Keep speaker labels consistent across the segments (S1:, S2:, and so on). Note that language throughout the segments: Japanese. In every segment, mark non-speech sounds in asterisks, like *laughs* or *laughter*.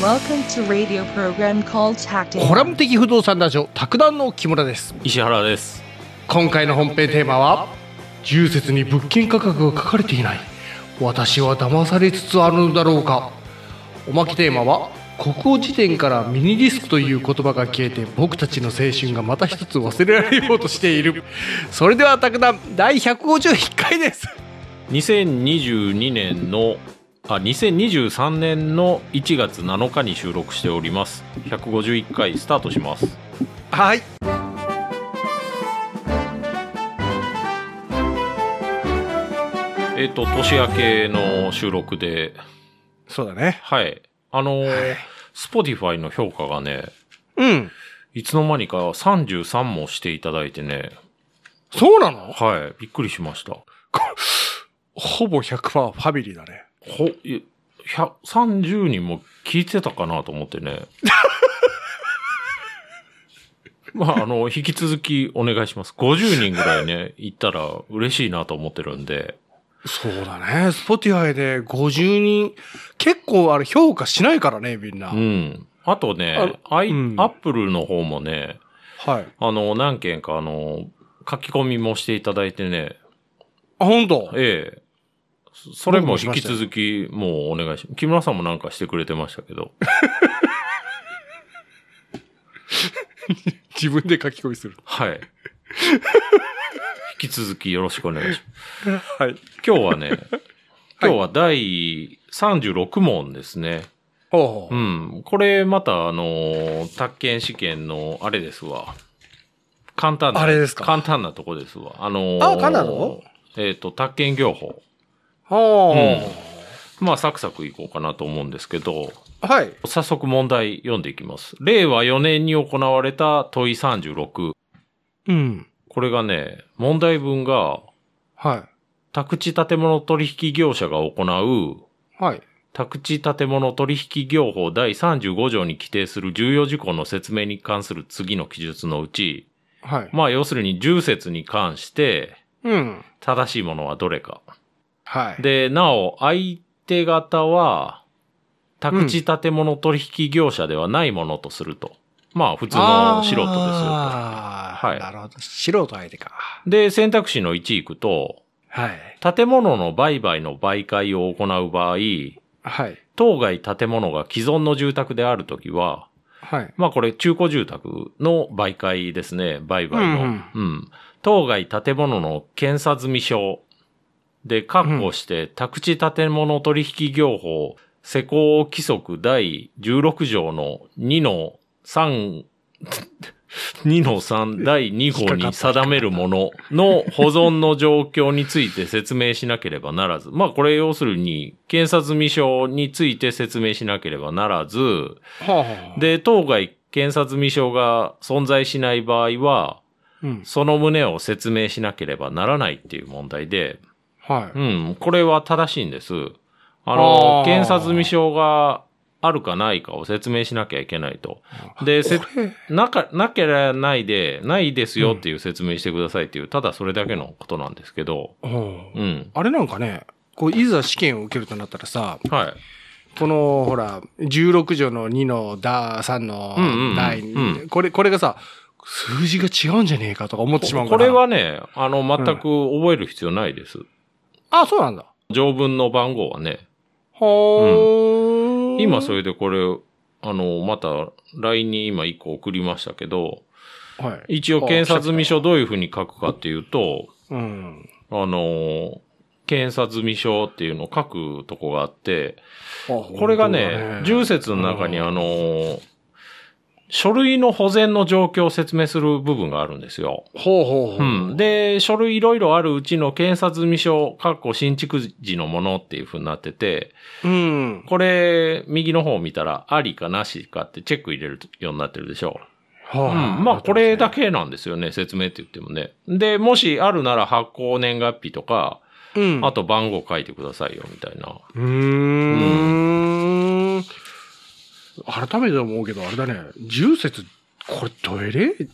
S1: Welcome to radio program called Tactic.
S2: コラム的不動産ラジオ卓談の木村です
S3: 石原です
S2: 今回の本編テーマは重説に物件価格が書かれていない私は騙されつつあるのだろうかおまけテーマは国語辞典からミニディスクという言葉が消えて僕たちの青春がまた一つ忘れられようとしているそれでは卓談第151回です
S3: 2022年のあ2023年の1月7日に収録しております151回スタートします
S2: はい
S3: えっ、と年明けの収録で
S2: そうだね
S3: はいあのー Spotify の評価がね
S2: うん
S3: いつの間にか33もしていただいてね
S2: そうなの
S3: はいびっくりしました
S2: ほぼ100%ファミリーだね
S3: ほい100 30人も聞いてたかなと思ってね *laughs* まあ、あの、引き続きお願いします。50人ぐらいね、行ったら嬉しいなと思ってるんで。
S2: そうだね。スポティファイで50人、結構あれ評価しないからね、みんな。
S3: うん。あとね、アイ、
S2: うん
S3: アップルの方もね、
S2: はい。
S3: あの、何件かあの、書き込みもしていただいてね、
S2: あ、本当。
S3: ええ。そそれも
S2: 僕もし
S3: 引
S2: ま
S3: き
S2: したよ
S3: 続き、もうお願いします。木村さんもなんかしてくれてましたけど。
S2: 自分で書き込みする。
S3: はい。引き続きよろしくお願いします。
S2: はい。
S3: 今日は
S2: *laughs*
S3: ね、
S2: はい
S3: 今日は第36問ですね。
S2: ほうほう
S3: うん。これまたあのー、宅建試験のあれですわ。簡単な。
S2: あれですか
S3: 簡単なとこですわ。あのー
S2: あ簡単なの
S3: えっ、と、宅建業法。
S2: ほう
S3: まあ、サクサクいこうかなと思うんですけど、
S2: はい。
S3: 早速問題読んでいきます。令和4年に行われた問い36。
S2: うん。
S3: これがね、問題文が、
S2: は
S3: 宅地建物取引業者が行う
S2: い。はい。
S3: 宅地建物取引業法第35条に規定する重要事項の説明に関する次の記述のうち、
S2: はい。
S3: まあ要するに重説に関して
S2: うん。
S3: 正しいものはどれか。
S2: はい。
S3: で、なお相手方は宅地建物取引業者ではないものとすると。まあ普通の素人ですよと。
S2: あー
S3: はい
S2: なるほど。素人相手か。
S3: で、選択肢の1行くと、
S2: はい。
S3: 建物の売買の媒介を行う場合、
S2: はい。
S3: 当該建物が既存の住宅であるときは、
S2: はい。
S3: まあこれ中古住宅の媒介ですね。売買の。
S2: う
S3: うんん、当該建物の検査済証で、確保して、宅地建物取引業法施行規則第16条の2の3、2の3第2
S2: 引っ
S3: 項
S2: かか
S3: に
S2: った
S3: 定めるものの保存の状況について説明しなければならず。まあこれ要するに検査済証について説明しなければならず、
S2: ほうほうほう、
S3: で、当該検査済証が存在しない場合は、
S2: うん。
S3: その旨を説明しなければならないっていう問題で、
S2: は
S3: う
S2: い。
S3: ん、これは正しいんです。あの
S2: あー、
S3: 検査済証があるかないかを説明しなきゃいけないと。で、せ
S2: これ、
S3: なか、なければないで、ないですよっていう説明してくださいっていう、ただそれだけのことなんですけど、
S2: ほう
S3: うん。
S2: あれなんかね、こう、いざ試験を受けるとなったらさ、
S3: はい。
S2: このほら16条の2のだ3の
S3: うんうんうん
S2: 第
S3: う
S2: これこれがさ数字が違うんじゃねえかとか思ってしまうか
S3: こ
S2: ら
S3: れはね、あの、全く覚える必要ないです。
S2: あそうなんだ
S3: 条文の番号はね、
S2: ほー、
S3: 今そ
S2: れ
S3: れでこれ、あの、また LINE に今1個送りましたけど、
S2: はい、
S3: 一応検査済書どういうふうに書くかっていうと、
S2: うん、
S3: あの、検査済書っていうのを書くとこがあって、これがね、重説の中にあの、書類の保全の状況を説明する部分があるんですよ。
S2: ほうほうほう、
S3: うん。で、書類いろいろあるうちの検査済書、かっこ新築時のものっていうふうになってて、
S2: うん
S3: これ、右の方を見たら、ありかなしかってチェック入れるようになってるでしょう。うん。
S2: は
S3: まあ、これだけなんですよね、説明って言ってもね。で、もしあるなら発行年月日とか、
S2: うん
S3: あと番号書いてくださいよ、みたいな。
S2: うーん改めて思うけどあれだね重説これどえれい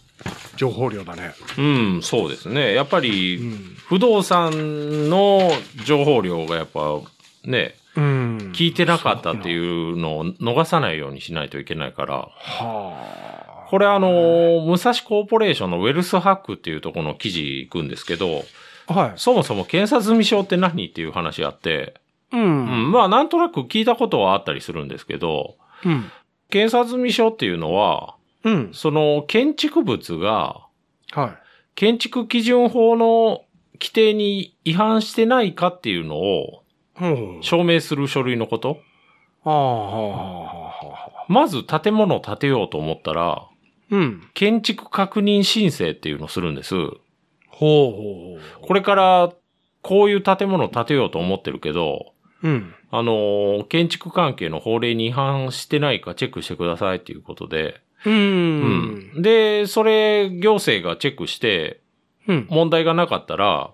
S2: 情報量だね
S3: うん、そうですね。やっぱ
S2: う
S3: り、
S2: ん
S3: 不動産の情報量がやっぱ、ね、
S2: うん。
S3: 聞いてなかったって
S2: う。
S3: いうのを逃さないようにしないといけないから、
S2: はあ。
S3: これあの、武蔵コーポレーションのウェルスハックっていうところの記事行くんですけど、
S2: はい。
S3: そもそも検査済み証って何っていう話あって、
S2: う。
S3: うんん、まあなんとなく聞いたことはあったりするんですけど、
S2: うん。
S3: 検査済み証っていうのは、
S2: うん。
S3: その建築物が
S2: は
S3: 建築基準法の規定に違反してないかっていうのを
S2: い。うん。
S3: 証明する書類のこと。
S2: はあ、はあ、はあ、はあ。
S3: まず建物を建てようと思ったら、
S2: うん。
S3: 建築確認申請っていうのをするんです。
S2: ほうほうほう。
S3: これからこういう建物を建てようと思ってるけど、
S2: うん。
S3: あのー建築関係の法令に違反してないかチェックしてくださいっていうことで、
S2: う。
S3: うんで、それ行政がチェックして
S2: うん。
S3: 問題がなかったら、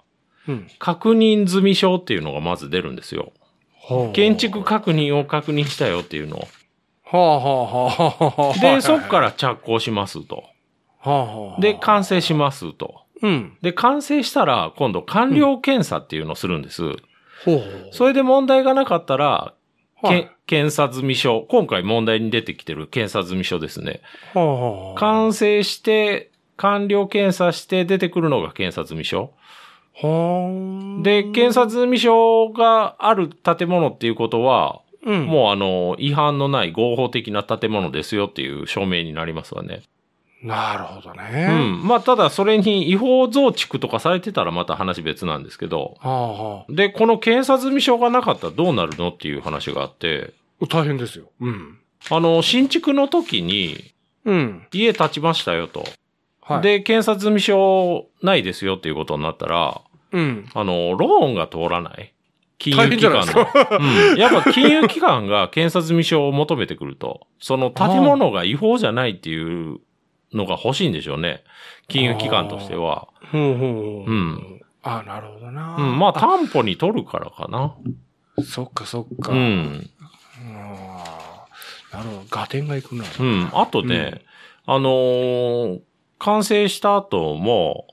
S2: うん。
S3: 確認済み証っていうのがまず出るんですよ。
S2: ほう
S3: 建築確認を確認したよっていうのを。
S2: はあ、はあ、はあ、はあはあ。
S3: で、そっから着工しますと。
S2: ら。はあ、はあ。
S3: で、完成しますと。
S2: うん。
S3: で、完成したら、今度完了検査っていうのをするんです。
S2: ほうほう。
S3: それで問題がなかったら、
S2: は
S3: け
S2: い。
S3: 検査済み書。今回問題に出てきてる検査済み書ですね。
S2: はあ、はあ。
S3: 完成して、完了検査して出てくるのが検査済み書。
S2: はあ。
S3: で、検査済み書がある建物っていうことは、
S2: うん。
S3: もうあの、違反のない合法的な建物ですよっていう証明になりますわね。
S2: なるほど
S3: う
S2: ね。。
S3: ん。まあ、ただそれに違法増築とかされてたらまた話別なんですけど。
S2: はあ、は
S3: で、この検査済み証がなかったらどうなるのっていう話があって、
S2: あ。大変ですよ。うん。
S3: あの、新築の時に
S2: うん。
S3: 家建ちましたよと。
S2: はい。、
S3: で、検査済み証ないですよっていうことになったら、
S2: うん。
S3: あの、ローンが通らない金融機
S2: 大変
S3: 関
S2: じゃ
S3: の。うん。やっぱ金融機関が検査済み証を求めてくると、その建物が違法じゃないっていうのが欲しいんでしょうね。金融機関としては。
S2: ほうほうほう。
S3: うん。
S2: あなるほどな。
S3: うん。まあ、担保に取るからかな。
S2: あ、そっかそっか。
S3: う。ん。
S2: あーなるほど。合点がいくな。
S3: うん。あとね、あのー完成した後も、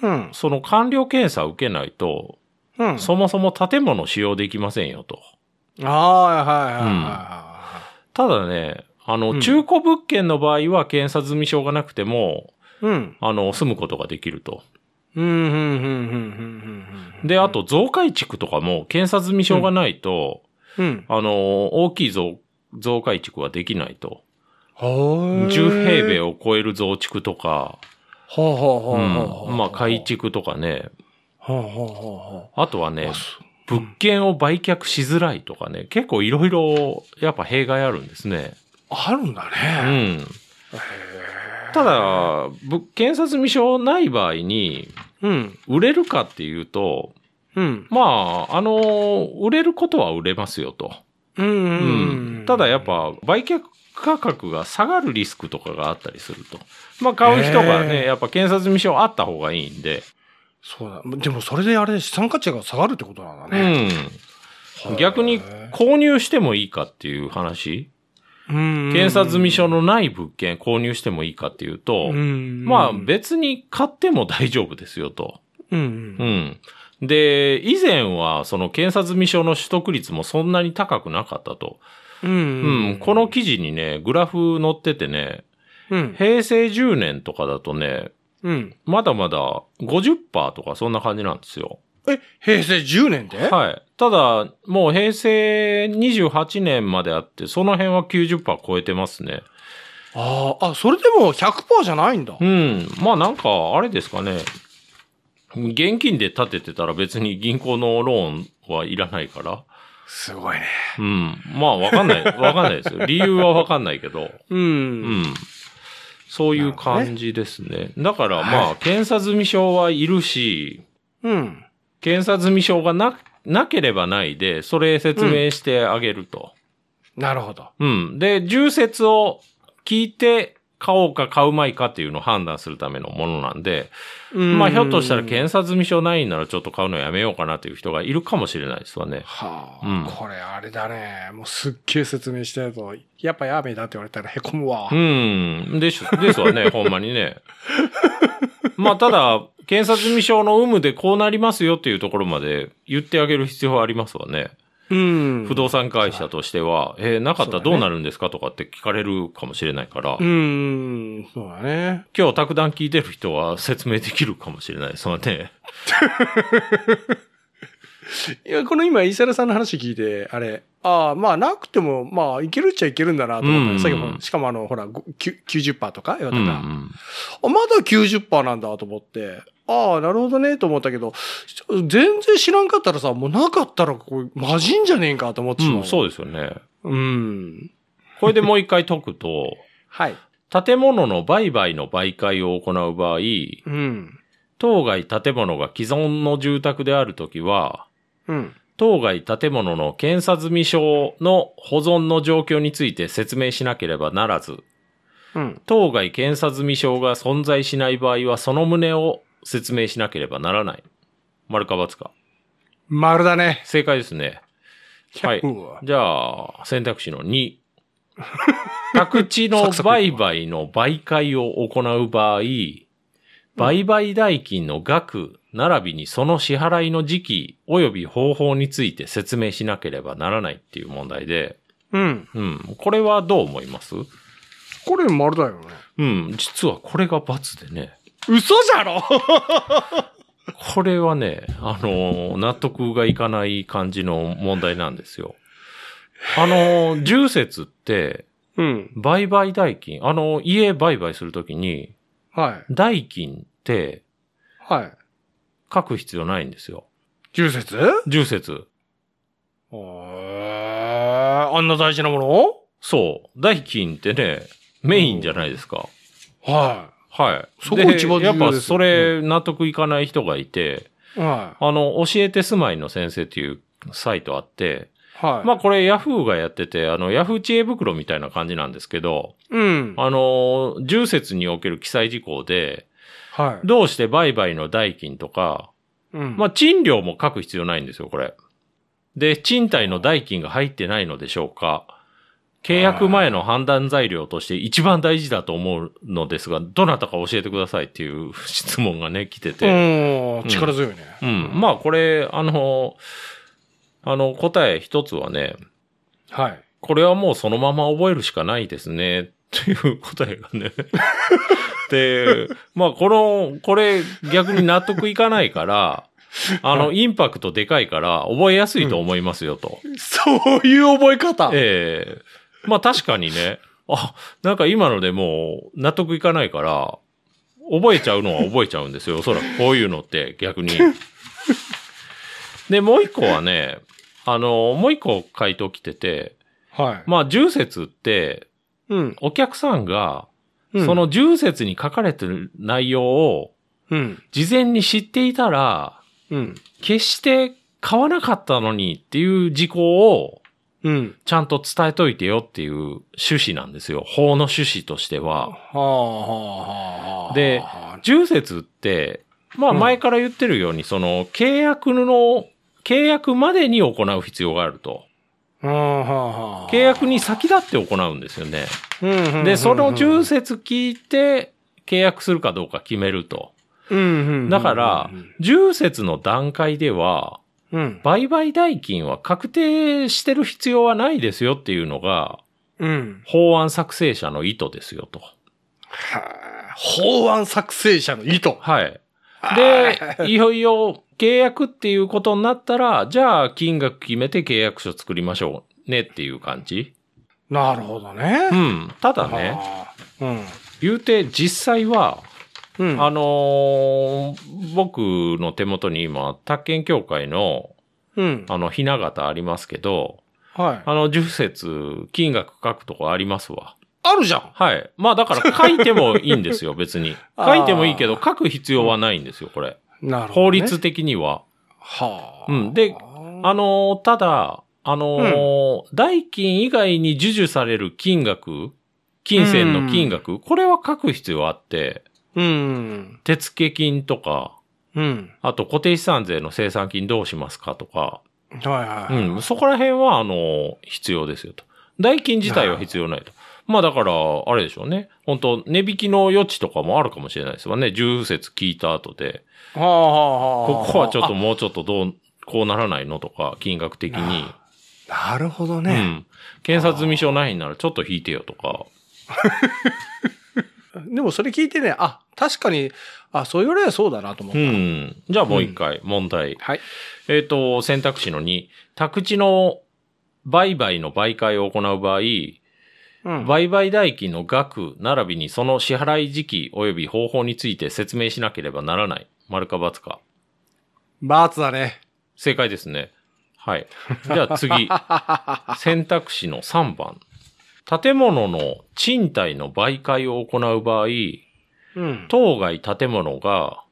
S2: うん。
S3: その完了検査を受けないと、
S2: うん。
S3: そもそも建物使用できませんよと。
S2: あーはいはいはいは
S3: ただね、あの、
S2: うん
S3: 中古物件の場合は検査済み証がなくても、
S2: い。うん。
S3: あの、住むことができると。
S2: うん、うん、うん、うん、うん、うん。
S3: で、あ、と、増改築とかも、検査済み証がないと、
S2: うん。
S3: あの、大きい増、増改築はできないと。
S2: はー
S3: 10平米。を超える増築とか、
S2: ほうほう
S3: う
S2: ほうほう。
S3: ん、まあ、改。築とかね。
S2: ほうほうほうほ
S3: あとは
S2: う。
S3: ね
S2: あ、そう
S3: 物件を売却しづらいとかね、結構いろいろ、やっぱ弊害あるんですね。
S2: あるんだ
S3: う
S2: ね。
S3: ん。ただ、物件査み証ない場合に、
S2: うん。
S3: 売れるかっていうと、
S2: うん。
S3: まあ、あの、売れることは売れますよと。
S2: うん。う。
S3: うん
S2: うん
S3: ただやっ、ぱ、売却価格が下がるリスクとかがあったりすると。まあ、買う人が
S2: へ
S3: ね、
S2: え
S3: やっぱ検査み証あった方がいいんで、
S2: そうだ。でもそれであれ、資産価値が下がるってことなんだ
S3: う
S2: ね。
S3: ん。逆に購入してもいいかっていう話。検
S2: 検
S3: 査済み証のない物件購入してもいいかっていうと、ま
S2: ま
S3: あ別に買っても大丈夫ですよと。
S2: うん
S3: う。ん。で、以前はその検査済み証の取得率もそんなに高くなかったと。
S2: う
S3: うんん。この、記事にね、グラフ載っててね、
S2: うん。
S3: 平成10年とかだとね、
S2: うん。
S3: まだまだ50%とかそんな感じなんですよ。
S2: え、平成10年で
S3: はい。ただ、もう平成28年まであって、その辺は90%超えてますね。
S2: ああ、あ、それでも100%じゃないんだ
S3: う。ん。まあなんか、あれですかね。現金で建ててたら別に銀行のローンはいらないから。
S2: すごいね。
S3: うん。まあわかんない。わかんないですよ。理由はわかんないけど。
S2: う。
S3: うんん。そういう感じですね。だから
S2: は
S3: まあ、
S2: い
S3: 検査済み証はいるし、
S2: うん。
S3: 検査済み証がな、なければないで、それ説明してあげると。
S2: なるほど。
S3: うん。で、重説を聞いて、買おうか買うまいかっていうのを判断するためのものなんで、まあ、ひょっとしたら検
S2: 査。
S3: 査済み証ないんならちょっと買うのやめようかなという人がいるかもしれないですわね。
S2: は
S3: う
S2: あ、
S3: ん
S2: これあれだね。もうすっげえ説明したやつを、やっぱやべえだって言われたらへこむわ
S3: う。ん。でし、ですわ *laughs* ね、ほんまにね。まあ、ただ、検査済み証の有無でこうなりますよっていうところまで言ってあげる必要はありますわね。
S2: ううん。
S3: 不動産会社としては、えーなかったらどうなるんですかとかって聞かれるかもしれないから、
S2: うん。そうだね。
S3: 今日、卓談聞いてる人は説明できるかもしれないですので、
S2: いや、この今、石原さんの話聞いて、あれ、ああ、まあ、なくても、まあ、いけるっちゃいけるんだなと思っ
S3: うん
S2: た。さっきも、しかもあの、ほら、ごきゅ90%とか、要は
S3: う
S2: と
S3: んう
S2: か、
S3: ん、
S2: あまだ90%なんだと思って、ああ、なるほどね、と思ったけど、ちょ全然知らんかったらさ、もうなかったら、こう、マジんじゃねえんかと思ってしまう。
S3: うんそうですよね。
S2: うん。
S3: これでもう一回解くと、
S2: はい。
S3: 建物の売買の媒介を行う場合、
S2: うん。
S3: 当該建物が既存の住宅であるときは、
S2: うん。
S3: 当該建物の検査済証の保存の状況について説明しなければならず、
S2: うん。
S3: 当該検査済証が存在しない場合はその旨を説明しなければならない。丸か×か。
S2: 丸だね。
S3: 正解ですね。はいう
S2: わ
S3: じゃあ、選択肢の2。宅地の売買の媒介を行う場合、売買代金の額、並びにその支払いの時期及び方法について説明しなければならないっていう問題で、
S2: うん。
S3: うん。これはどう思います
S2: これ丸だよね。
S3: うん。実はこれが罰でね、
S2: 嘘じゃろ
S3: これはね、あのー、納得がいかない感じの問題なんですよ。あのー、重説って、
S2: うん。
S3: 売買代金、あの、家売買するときに、
S2: はい。
S3: 代金って
S2: はい。
S3: 書く必要ないんですよ。
S2: 重説
S3: 重説。
S2: えーあんな大事なもの
S3: そう。代金ってね、メインじゃないですか。
S2: は
S3: はい。
S2: そこ
S3: で
S2: 一番重要ですよ
S3: やっぱそれ、納得いかない人がいて、
S2: い。は
S3: あの、教えて住まいの先生っていうサイトあって、
S2: い。はい。
S3: まあこれヤフーがやってて、あの、ヤフー知恵袋みたいな感じなんですけど、
S2: うん。
S3: あの、重説における記載事項で、
S2: はい。
S3: どうして売買の代金とか、
S2: うん
S3: まあ、賃料も書く必要ないんですよ、これ。で、賃貸の代金が入ってないのでしょうか契約前の判断材料として一番大事だと思うのですが、どなたか教えてくださいっていう質問がね、来てて。
S2: うん。
S3: ん
S2: 力強いね。
S3: うん。まあ、これ、あの、あの、答え一つはね、
S2: はい。
S3: これはもうそのまま覚えるしかないですね、 *laughs* という答えがね。 *laughs* で、まあ、この、これ逆に納得いかないから、あの、インパクトでかいから覚えやすいと思いますよと。
S2: *laughs* そういう覚え方。
S3: ええまあ確かにね、あ、なんか今のでもう納得いかないから、覚えちゃうのは覚えちゃうんですよ。おそらくこういうのって逆に。で、もう一個はね、あの、もう一個回答来てて、
S2: はい。
S3: まあ、重説って、
S2: うん。
S3: お客さんが、
S2: うん
S3: そ、の重説に書かれてる内容を、
S2: うん。
S3: 事前に知っていたら、
S2: うん。
S3: 決して買わなかったのにっていう事項を、
S2: うん。
S3: ちゃんと伝えといてよっていう趣旨なんですよ。法の趣旨としては。
S2: はあ、はあ、はあ。
S3: で
S2: はあ
S3: 重説って、まあ
S2: うん
S3: 前から言ってるように、その契約の、契約までに行う必要があると。
S2: はあ、はあ、はあ。
S3: 契約に先立って行うんですよね。
S2: うん、うんうんうん
S3: で、その重説聞いて契約するかどうか決めると。
S2: うんうんうんうん
S3: だから、重説の段階では、
S2: うん。
S3: 売買代金は確定してる必要はないですよっていうのが、
S2: うん。
S3: 法案作成者の意図ですよと。
S2: はあ法案作成者の意図。
S3: はい。
S2: あ
S3: で、いよいよ契約っていうことになったら、じゃあ金額決めて契約書作りましょうねっていう感じ。
S2: なるほどね
S3: う。ん。ただね、
S2: はあ。うん。
S3: 言うて実際は、
S2: うん。
S3: あのー僕の手元に今、宅建協会の
S2: うん。
S3: あの、ひな形ありますけど、
S2: はい。
S3: あの、重説、金額書くとこありますわ。
S2: あるじゃん。
S3: はい。まあだから書いてもいいんです
S2: *laughs*
S3: よ、別に。
S2: あー
S3: 書いてもいいけど、書く必要はないんですよ、これ。
S2: なるほど、
S3: 法律。的には。
S2: はあ。
S3: うんであ
S2: あ
S3: のーただ、あのー代金以外に授受される金額、金銭の金額、これは書く必要あって、
S2: うん。
S3: 手付金とか、
S2: うん。
S3: あと固定資産税の生産金どうしますかとか、
S2: はいは
S3: う
S2: い。
S3: ん、そこら辺は、あのー必要ですよと。代金自体は必要ないと。まあだから、あれでしょうね。本当値引きの余地とかもあるかもしれないですわね。重説聞いた後で。
S2: はあはあはあ。
S3: ここはちょっと
S2: あ。
S3: もうちょっとどう、こうならないのとか、金額的に。
S2: なるほど
S3: う
S2: ね。
S3: ん。検査済み証ないんならちょっと引いてよとか。
S2: でもそれ聞いてね、あ、確かに、あ、そう言われりゃそうだなと思っ
S3: う
S2: た。
S3: ん。じゃあもう一回、問題。
S2: はい。
S3: えっ、と、選択肢の2。宅地の売買の媒介を行う場合、
S2: うん。
S3: 売買代金の額並びにその支払い時期及び方法について説明しなければならない。丸か×か。
S2: バーツだね。
S3: 正解ですね。はい。じゃあ次。選択肢の3番。建物の賃貸の媒介を行う場合、
S2: うん。
S3: 当該建物が、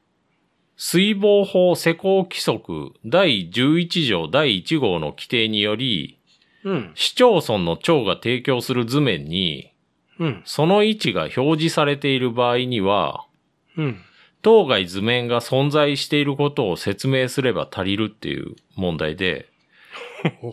S3: 水防法施工規則第11条第1号の規定により、
S2: うん。
S3: 市町村の長が提供する図面に、
S2: うん。
S3: その位置が表示されている場合には、
S2: うん。
S3: 当該図面が存在していることを説明すれば足りるっていう問題で、 *laughs*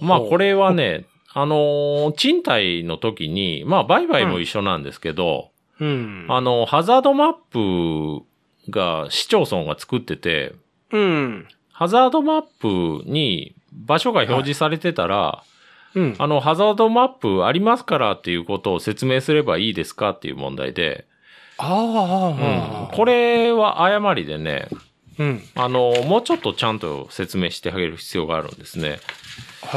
S3: まあこれはね、あのー賃貸の時に、まあ売買も一緒なんですけど、
S2: うん。
S3: あの、ハザードマップが市町村が作ってて、
S2: うん。
S3: ハザードマップに場所が表示されてたら、
S2: うん。
S3: あの、ハザードマップありますからっていうことを説明すればいいですかっていう問題で、
S2: ああ
S3: うん
S2: ああ、
S3: こ。れは誤りでね、
S2: うん。へ
S3: あの、もうちょっとちゃんと説明してあげる必要があるんですね。
S2: ハ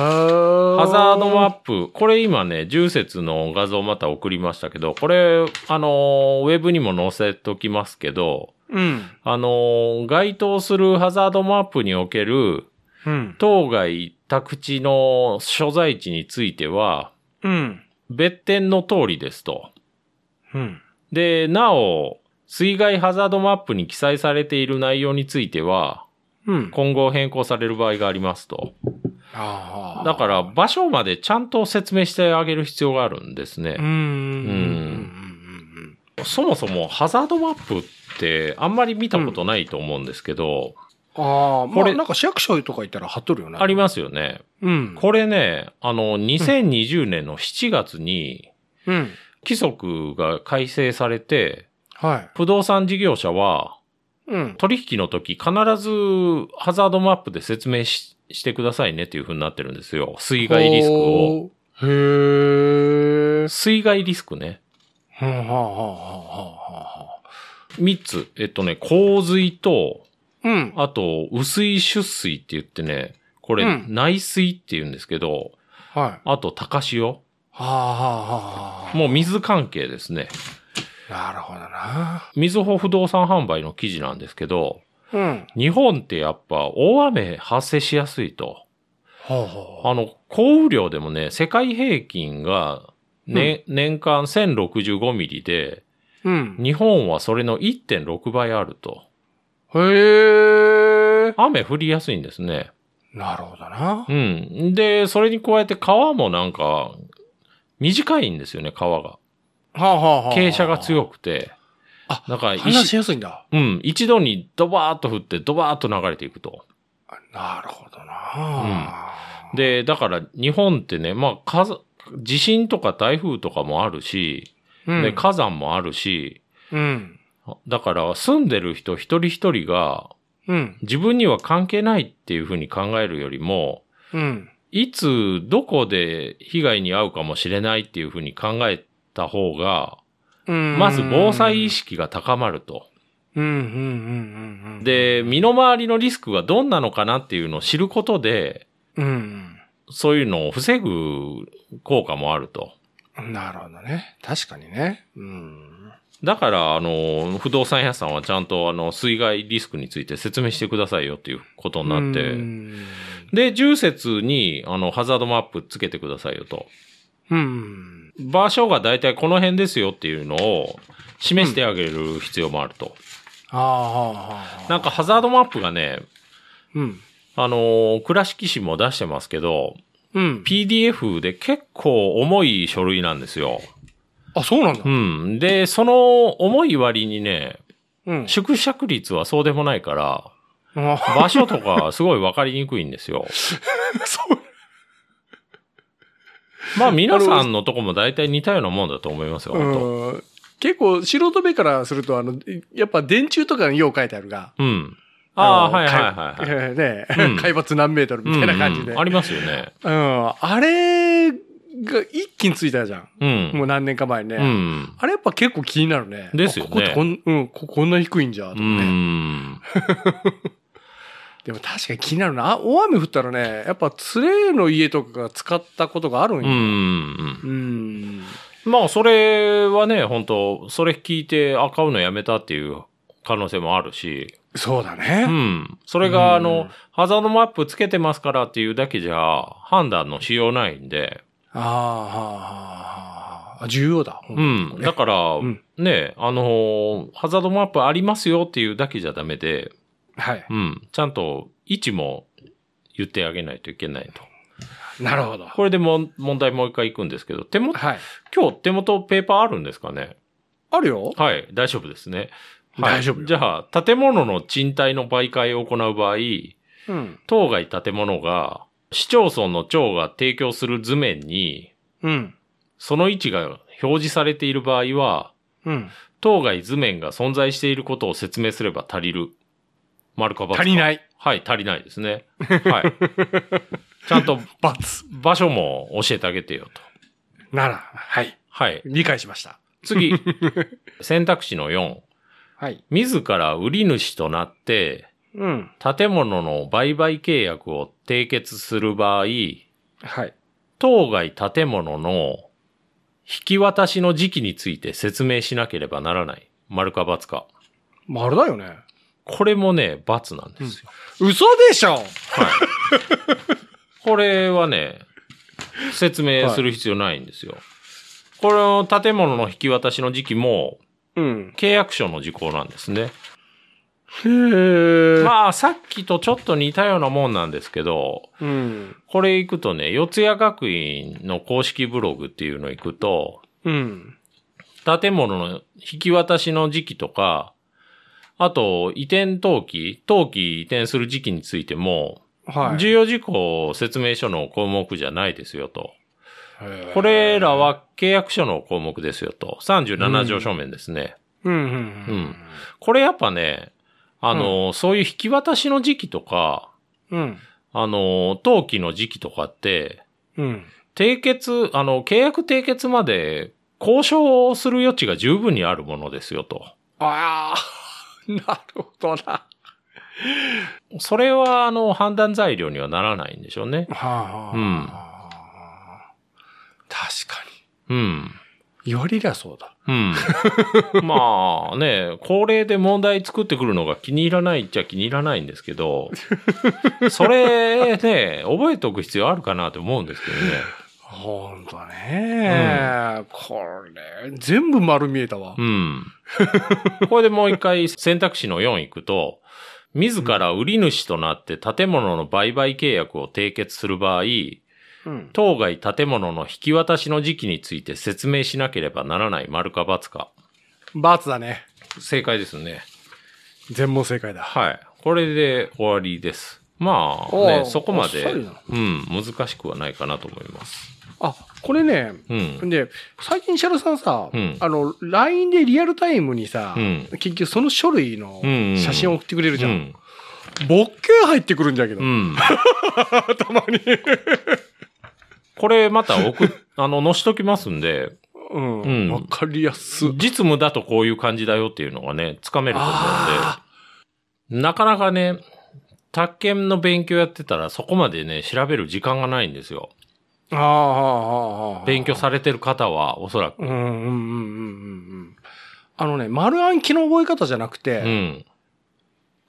S3: ハザードマップ、これ今ね、重説の画像また送りましたけど、これ、あの、ウェブにも載せときますけど、
S2: うん。
S3: あの、該当するハザードマップにおける、
S2: うん。
S3: 当該宅地の所在地については、
S2: うん。
S3: 別点の通りですと。
S2: うん。
S3: で、なお、水害ハザードマップに記載されている内容については、
S2: うん。
S3: 今後変更される場合がありますと。
S2: ああ。
S3: だから、場所までちゃんと説明してあげる必要があるんですね。
S2: うん。うん。
S3: そもそもハザードマップってあんまり見たことないと思うんですけど、
S2: ああ、こ
S3: こ
S2: れ、
S3: れ
S2: なんか市役所とか行ったら貼っとるよね。
S3: ありますよね。
S2: うん。
S3: これね、あの、2020年の7月に
S2: うん。
S3: 規則が改正されて、
S2: はい。
S3: 不動産事業者は
S2: うん。
S3: 取引の時必ずハザードマップで説明ししてくださいねっていう風になってるんですよ。水害リスクを。
S2: を。へえ。
S3: 水害リスクね。
S2: はあはあはあはあはあ。
S3: 3つ。えっとね、洪水と、
S2: うん。
S3: あと、雨水出水って言ってね、これ、
S2: うん
S3: 内水って言うんですけど、
S2: はい。は
S3: あと、高潮。
S2: あはあはあ。
S3: もう水関係ですね。
S2: なるほどな。
S3: みずほ不動産販売の記事なんですけど、
S2: うん。
S3: 日本ってやっぱ大雨発生しやすいと。
S2: ほうほう。
S3: あの、降雨量でもね、世界平均が、ね年間1065ミリで、
S2: うん。
S3: 日本はそれの1.6倍あると。
S2: へえ。
S3: 雨降りやすいんですね。
S2: なるほどな
S3: う。ん。で、それに加えて川もなんか、短いんですよね、川が。
S2: はあはあはあ。
S3: 傾斜が強
S2: く。
S3: くて。
S2: あ
S3: なんか
S2: 話し
S3: 石、
S2: やすいんだ。
S3: うん、一度にドバーッと降って、ドバーッと流れていくと。
S2: なるほどな。
S3: で、だから日本ってね、まあ、火山地震とか台風とかもあるし、
S2: うん。
S3: で、火山もあるし、
S2: うん。
S3: だから住んでる人一人一人が
S2: うん。
S3: 自分には関係ないっていうふうに考えるよりも、
S2: うん。
S3: いつどこで被害に遭うかもしれないっていうふうに考えた方が、
S2: うん。
S3: まず防災意。識が高まると。
S2: うん、うん、うん、うん。うん、
S3: で、身の回りのリスクがどんなのかなっていうのを知ることで、
S2: うん。
S3: そういうのを防ぐ効果もあると。
S2: なるほどね。確かにね。うん。
S3: だから、あの、不動産屋さんはちゃんと、あの、水害リスクについて説明してくださいよっていうことになって、
S2: うん。
S3: で、重説に、あの、ハザードマップつけてくださいよと。
S2: うん。
S3: 場所が大体この辺ですよっていうのを示してあげる必要もあると。
S2: ああ、はあ、
S3: なんか、ハザードマップがね、
S2: うん。
S3: あの、倉敷市も出してますけど、
S2: うん。
S3: PDF で結構重い書類なんですよ。
S2: あ、そうなんだ
S3: う。ん。で、その重い割にね、
S2: うん。
S3: 縮尺率はそうでもないから、 *laughs*
S2: あ
S3: 場所とかすごい分かりにくいんで
S2: *laughs*
S3: すよ。
S2: そう。
S3: まあ皆さんのとこも大体似たようなもんだと思いますよ、本当
S2: うん結構、素人目からすると、あの、やっぱ電柱とかによう書いてあるが、
S3: うん。ああ、
S2: の
S3: はいはいはいはい。
S2: かね、
S3: うん
S2: 海 *laughs* 抜何メートルみたいな感じで。う
S3: う
S2: んん
S3: うんありますよね。
S2: あれが一気についたじゃん。
S3: うん。
S2: もう何年か前にね。
S3: うん。
S2: あれやっぱ結構気になるね。
S3: ですよね
S2: あここってこん、うん、ここんな低いんじゃ、と
S3: う
S2: かね。
S3: ん。
S2: でも確かに気になるな。あ大雨降ったらね、やっぱツレーの家とかが使ったことがあるん
S3: う
S2: よ。
S3: ん。
S2: うん。
S3: まあ、それはね、本当それ聞いて、あ、買うのやめたっていう可能性もあるし、
S2: そうだ
S3: う
S2: ね。
S3: ん。それが、あ
S2: う
S3: の
S2: ん、
S3: ハザードマップつけてますからっていうだけじゃ、判断のしようないんで、
S2: ああ、はあはあ、はあ、重要だ。ほ
S3: うん
S2: と
S3: ん。だから
S2: うん、
S3: ね、あのー、ハザードマップありますよっていうだけじゃダメで、
S2: はい。
S3: うん。ちゃんと位置も言ってあげないといけないと。
S2: なるほど。
S3: これでも問題もう一回行くんですけど、手元、
S2: はい。
S3: 今日手元ペーパーあるんですかね
S2: あるよ。
S3: はい、大丈夫ですね。はい、
S2: 大丈夫よ
S3: じゃあ、建物の賃貸の媒介を行う場合、
S2: うん。
S3: 当該建物が市町村の長が提供する図面に、
S2: うん。
S3: その位置が表示されている場合は、
S2: うん。
S3: 当該図面が存在していることを説明すれば足りる。丸か×か。
S2: 足り
S3: い。
S2: ない。
S3: はい、足りないですね。はい。 *laughs* ちゃんと
S2: バツ。
S3: 場所も教えてあげてよと。
S2: なら、はい。
S3: はい。
S2: 理解しました。 *laughs*
S3: 次。選択肢の4。
S2: はい。
S3: 自ら売り主となって、
S2: うん。
S3: 建物の売買契約を締結する場合、
S2: はい。
S3: 当該建物の引き渡しの時期について説明しなければならない。丸か×か。
S2: 丸だよね。
S3: これもね、×なんですよ。
S2: 嘘でしょ
S3: はい。これはね、説明する必要ないんですよ。これの建物の引き渡しの時期も
S2: うん。
S3: 契約書の時効なんですね。
S2: へえ。
S3: まあ、さっきとちょっと似たようなもんなんですけど、
S2: うん。
S3: これ行くとね、四谷学院の公式ブログっていうの行くと、
S2: うん。
S3: 建物の引き渡しの時期とか、あと、移転登記、登記移転する時期についても、
S2: はい。
S3: 重要事項説明書の項目じゃないですよと。
S2: へー
S3: これら、は契約書の項目ですよと。37条書面ですね。
S2: うん、うん、
S3: これやっぱね、あの、そういう引き渡しの時期とか、
S2: うん。うん。
S3: あの、登記の時期とかって、
S2: うん。
S3: 締結、あの、契約締結まで交渉をする余地が十分にあるものですよと。
S2: ああ、なるほどな。
S3: それは、あの、判断材料にはならないんでしょうね。
S2: はあ、
S3: うん
S2: 確か
S3: うん。
S2: に。よりりゃそうだ。
S3: うん。まあね、高齢で問題作ってくるのが気に入らないっちゃ気に入らないんですけど、それね、覚えておく必要あるかなと思うんですけどね。
S2: ほんとね、これ、全部丸見えたわ。
S3: うん。これでもう一回選択肢の4行くと、自ら売り主となって建物の売買契約を締結する場合、
S2: うん。
S3: 当該建物の引き渡しの時期について説明しなければならない丸か×か。
S2: バツだね。
S3: 正解ですね。
S2: 全問正解だ。
S3: はい。これで終わりです。まあ、
S2: おー
S3: ね、そこまで、
S2: あっさり
S3: う、
S2: なん
S3: 難しくはないかなと思います。
S2: あ、これね、
S3: うん。
S2: で、最近シャルさんさ、
S3: うん
S2: あの、LINE でリアルタイムにさ、
S3: うん
S2: 結局その書類の
S3: うんうんうん
S2: 写真を送ってくれるじ
S3: う
S2: ゃん。
S3: ん。
S2: ボッケ入ってくるんだけど。 *laughs*
S3: うん。たまに。これまた送っ、 *laughs* あの、載しときますんで、
S2: うん。わ、
S3: うん
S2: かりやす。
S3: 実務だとこういう感じだよっていうのがね、つかめると思
S2: あ
S3: うんで、なかなかね、宅建の勉強やってたらそこまでね、調べる時間がないんですよ。
S2: あー、ああ、ああ。
S3: 勉強。されてる方は、おそらく。
S2: うん、うん、うん、うん、うんうん。あのね、丸暗記の覚え方じゃなくて、
S3: うん。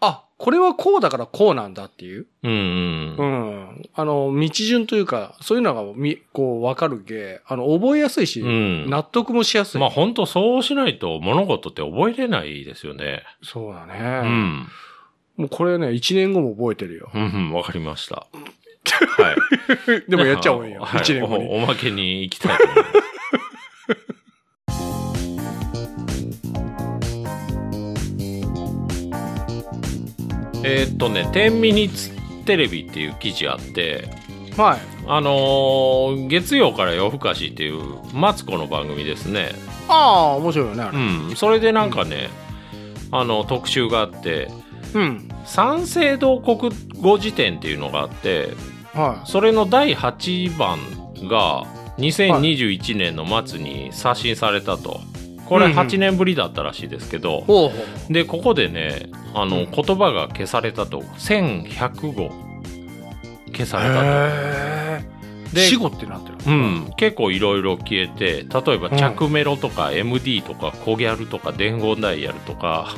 S2: あ、これはこうだからこうなんだっていう。
S3: うんうん。
S2: う
S3: うん
S2: ん。あの、道順というか、そういうのがみ、こう、わかるけ、あの、覚えやすいし、
S3: うん
S2: 納得もしやすい。
S3: まあ本当そうしないと物事って覚えれないですよね。
S2: そうだね。
S3: うん。
S2: もうこれね、1年後も覚えてるよ。
S3: うんうん、わかりました。はい。
S2: でもやっちゃおうよ。
S3: はい
S2: 1年後に。
S3: お。おまけに *laughs* 行きたいと思います。えーっとね、10ミニッツテレビっていう記事あって、
S2: はい。
S3: あのー月曜から夜更かしっていうマツコの番組ですね。
S2: ああ、面白いよね、あ
S3: う
S2: れ。
S3: ん、それでなんかね、あの特集があって
S2: うん。
S3: 三省堂国語辞典っていうのがあって、
S2: は
S3: それの第8番が2021年の末に刷新されたと。これ
S2: うんうん
S3: 8年ぶりだったらしいですけど
S2: い。、ほう
S3: で、ここでね、あ
S2: う
S3: の、
S2: ん
S3: 言葉が消されたと。1100語消されたと。
S2: へえ。
S3: で
S2: 死後ってなってる。
S3: うん、結構いろいろ消えて例えば着メロとか MD とかコギャルとか伝言ダイヤルとか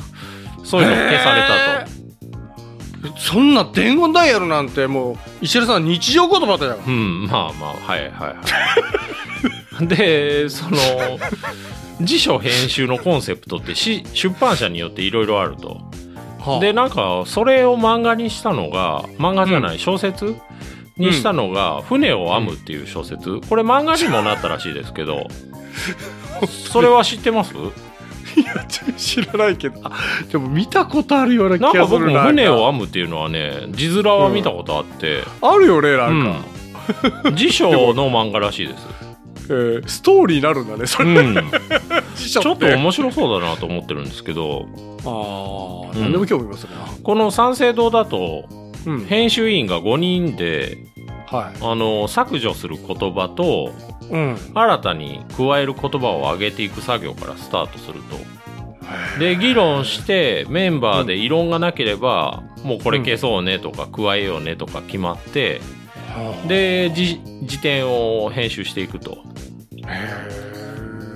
S3: そういうの消されたと、
S2: たと。そんな伝言ダイヤルなんてもう石原さん日常言葉だよ。
S3: うんまあまあはいはいはい *laughs* でその辞書編集のコンセプトってし出版社によっていろいろあると
S2: はあ
S3: でなんかそれを漫画にしたのが漫画じゃない、小説にしたのが「船を編む」っていう小説、これ漫画にもなったらしいですけ
S2: *laughs*
S3: どそれは知ってます
S2: 知らないけどあでも見たことあるような気
S3: なん
S2: が
S3: か
S2: する
S3: 僕
S2: な
S3: も船を編むっていうのはね字面は見たことあって、
S2: あるよねな
S3: うんん
S2: か、 *laughs*
S3: 辞書の漫画らしいです、
S2: えーストーリーになるんだねそれ、
S3: うん、
S2: 辞書
S3: ちょっ
S2: っ
S3: と
S2: て
S3: 面白そうだなと思ってるんですけど
S2: ああ
S3: うん
S2: 何でも興味ますね、
S3: この三省堂だと
S2: うん
S3: 編集員が5人で
S2: は
S3: あの削除する言葉と
S2: い、うん、
S3: 新たに加える言葉を上げていく作業からスタートするとで議論してメンバーで異論がなければ、もうこれ消そうねとか加えようねとか決まって、
S2: は
S3: でじ辞典を編集していくと
S2: あへ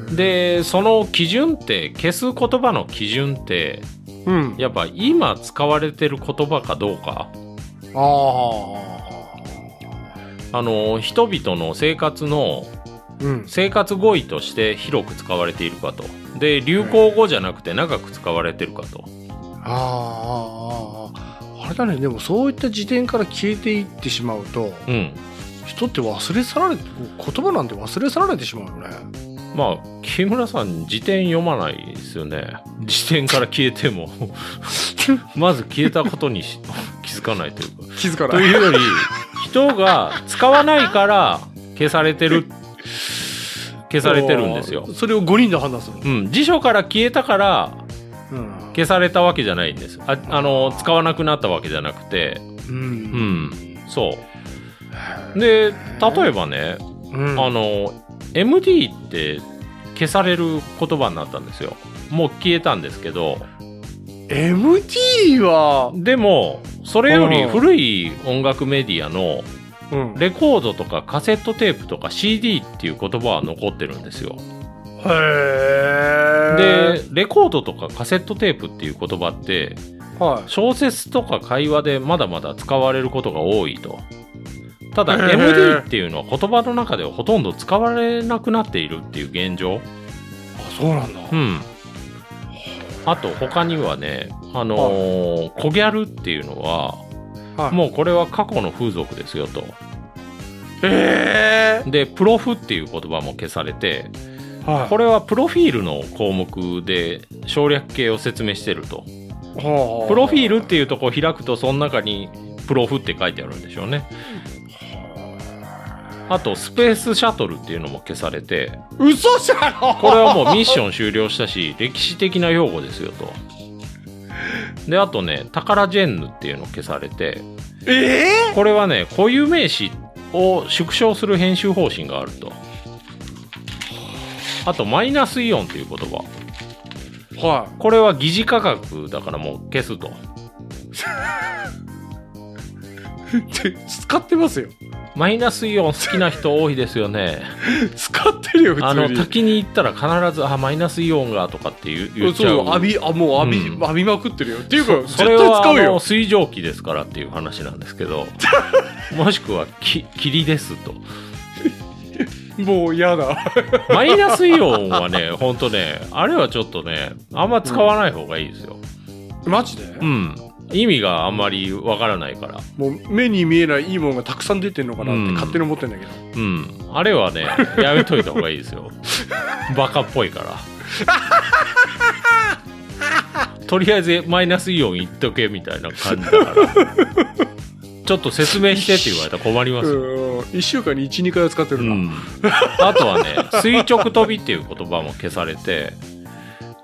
S2: ー
S3: でその基準って消す言葉の基準って
S2: うん
S3: やっぱ今使われてる言葉かどうか
S2: ああ
S3: あの人々の生活の
S2: うん
S3: 生活語彙として広く使われているかとで流行語じゃなくて長く使われてるかと
S2: あーあーあーあれだねでもそういった時点から消えていってしまうと
S3: うん
S2: 人って忘れ去られて言葉なんて忘れ去られてしまうよね
S3: まあ木村さん辞典読まないですよね辞典から消えても *laughs* まず消えたことにし *laughs* 気づかないというか
S2: 気づか
S3: と
S2: い
S3: いうより人が使わないから消されてる消されてるんですよ、
S2: それを5人で判断するの
S3: うん、辞書から消えたから
S2: うん
S3: 消されたわけじゃないんですああの使わなくなったわけじゃなくて
S2: う
S3: うんんそうで例えばね
S2: うん
S3: あの MD って消される言葉になったんですよもう消えたんですけど
S2: MD は、
S3: でもそれより古い音楽メディアの
S2: うんへ
S3: レコードとかカセットテープとか CD っていう言葉は残ってるんですよ。
S2: ー
S3: で、レコードとかカセットテープっていう言葉って、
S2: は
S3: 小説とか会話でまだまだ使われることが多いと。ただ、
S2: へー
S3: MD っていうのは言葉の中ではほとんど使われなくなっているっていう現状。
S2: い、あそうなんだ、
S3: うん。あと、他にはね、あのーコギャルっていうのは、
S2: はい
S3: もうこれは過去の風俗ですよと。
S2: え
S3: で、プロフっていう言葉も消されて、
S2: ーはい
S3: これはプロフィールの項目で省略形を説明してると
S2: はあ
S3: プロフィールっていうとこを開くとその中にプロフって書いてあるんでしょうねあとスペースシャトルっていうのも消されて
S2: 嘘じゃろ
S3: *laughs* これはもうミッション終了したし歴史的な用語ですよとであとねタカラジェンヌっていうの消されて
S2: ええ
S3: これはね固有名詞を縮小する編集方針があるとあとマイナスイオンっていう言葉
S2: は
S3: これは疑似価格だからもう消すと。
S2: いで使ってますよ
S3: マイナスイオン好きな人多いですよね。
S2: 使ってるよ普
S3: あ
S2: 通
S3: の、
S2: に
S3: 滝に行ったら必ず、あ、マイナスイオンがとかって言う言っち
S2: そ
S3: ゃ
S2: う
S3: う。
S2: 浴びあもう浴び、
S3: うん
S2: 浴びまくってるよっていうか絶
S3: そ
S2: 対
S3: れは
S2: 使う
S3: あの
S2: よ
S3: 水蒸気ですからっていう話なんですけど *laughs* もしくはき霧ですと
S2: もう嫌だ
S3: マイナスイオンはね
S2: *laughs*
S3: ほんとねあれはちょっとねあんま使わない方がいいですよ
S2: マジで、
S3: うん意味があんまりわからないから
S2: もう目に見えないいいもんがたくさん出てんのかなって勝手に思ってんだけど、
S3: うんあれ *laughs* はねやめといた方がいいですよバカっぽい *laughs* からとりあえずマイナスイオン言っとけみたいな感じだからちょっと説明してって言われたら困りますよ、
S2: うん1週間に12回は使って
S3: う
S2: るな、
S3: ん、あとはね垂直飛びっていう言葉も消されて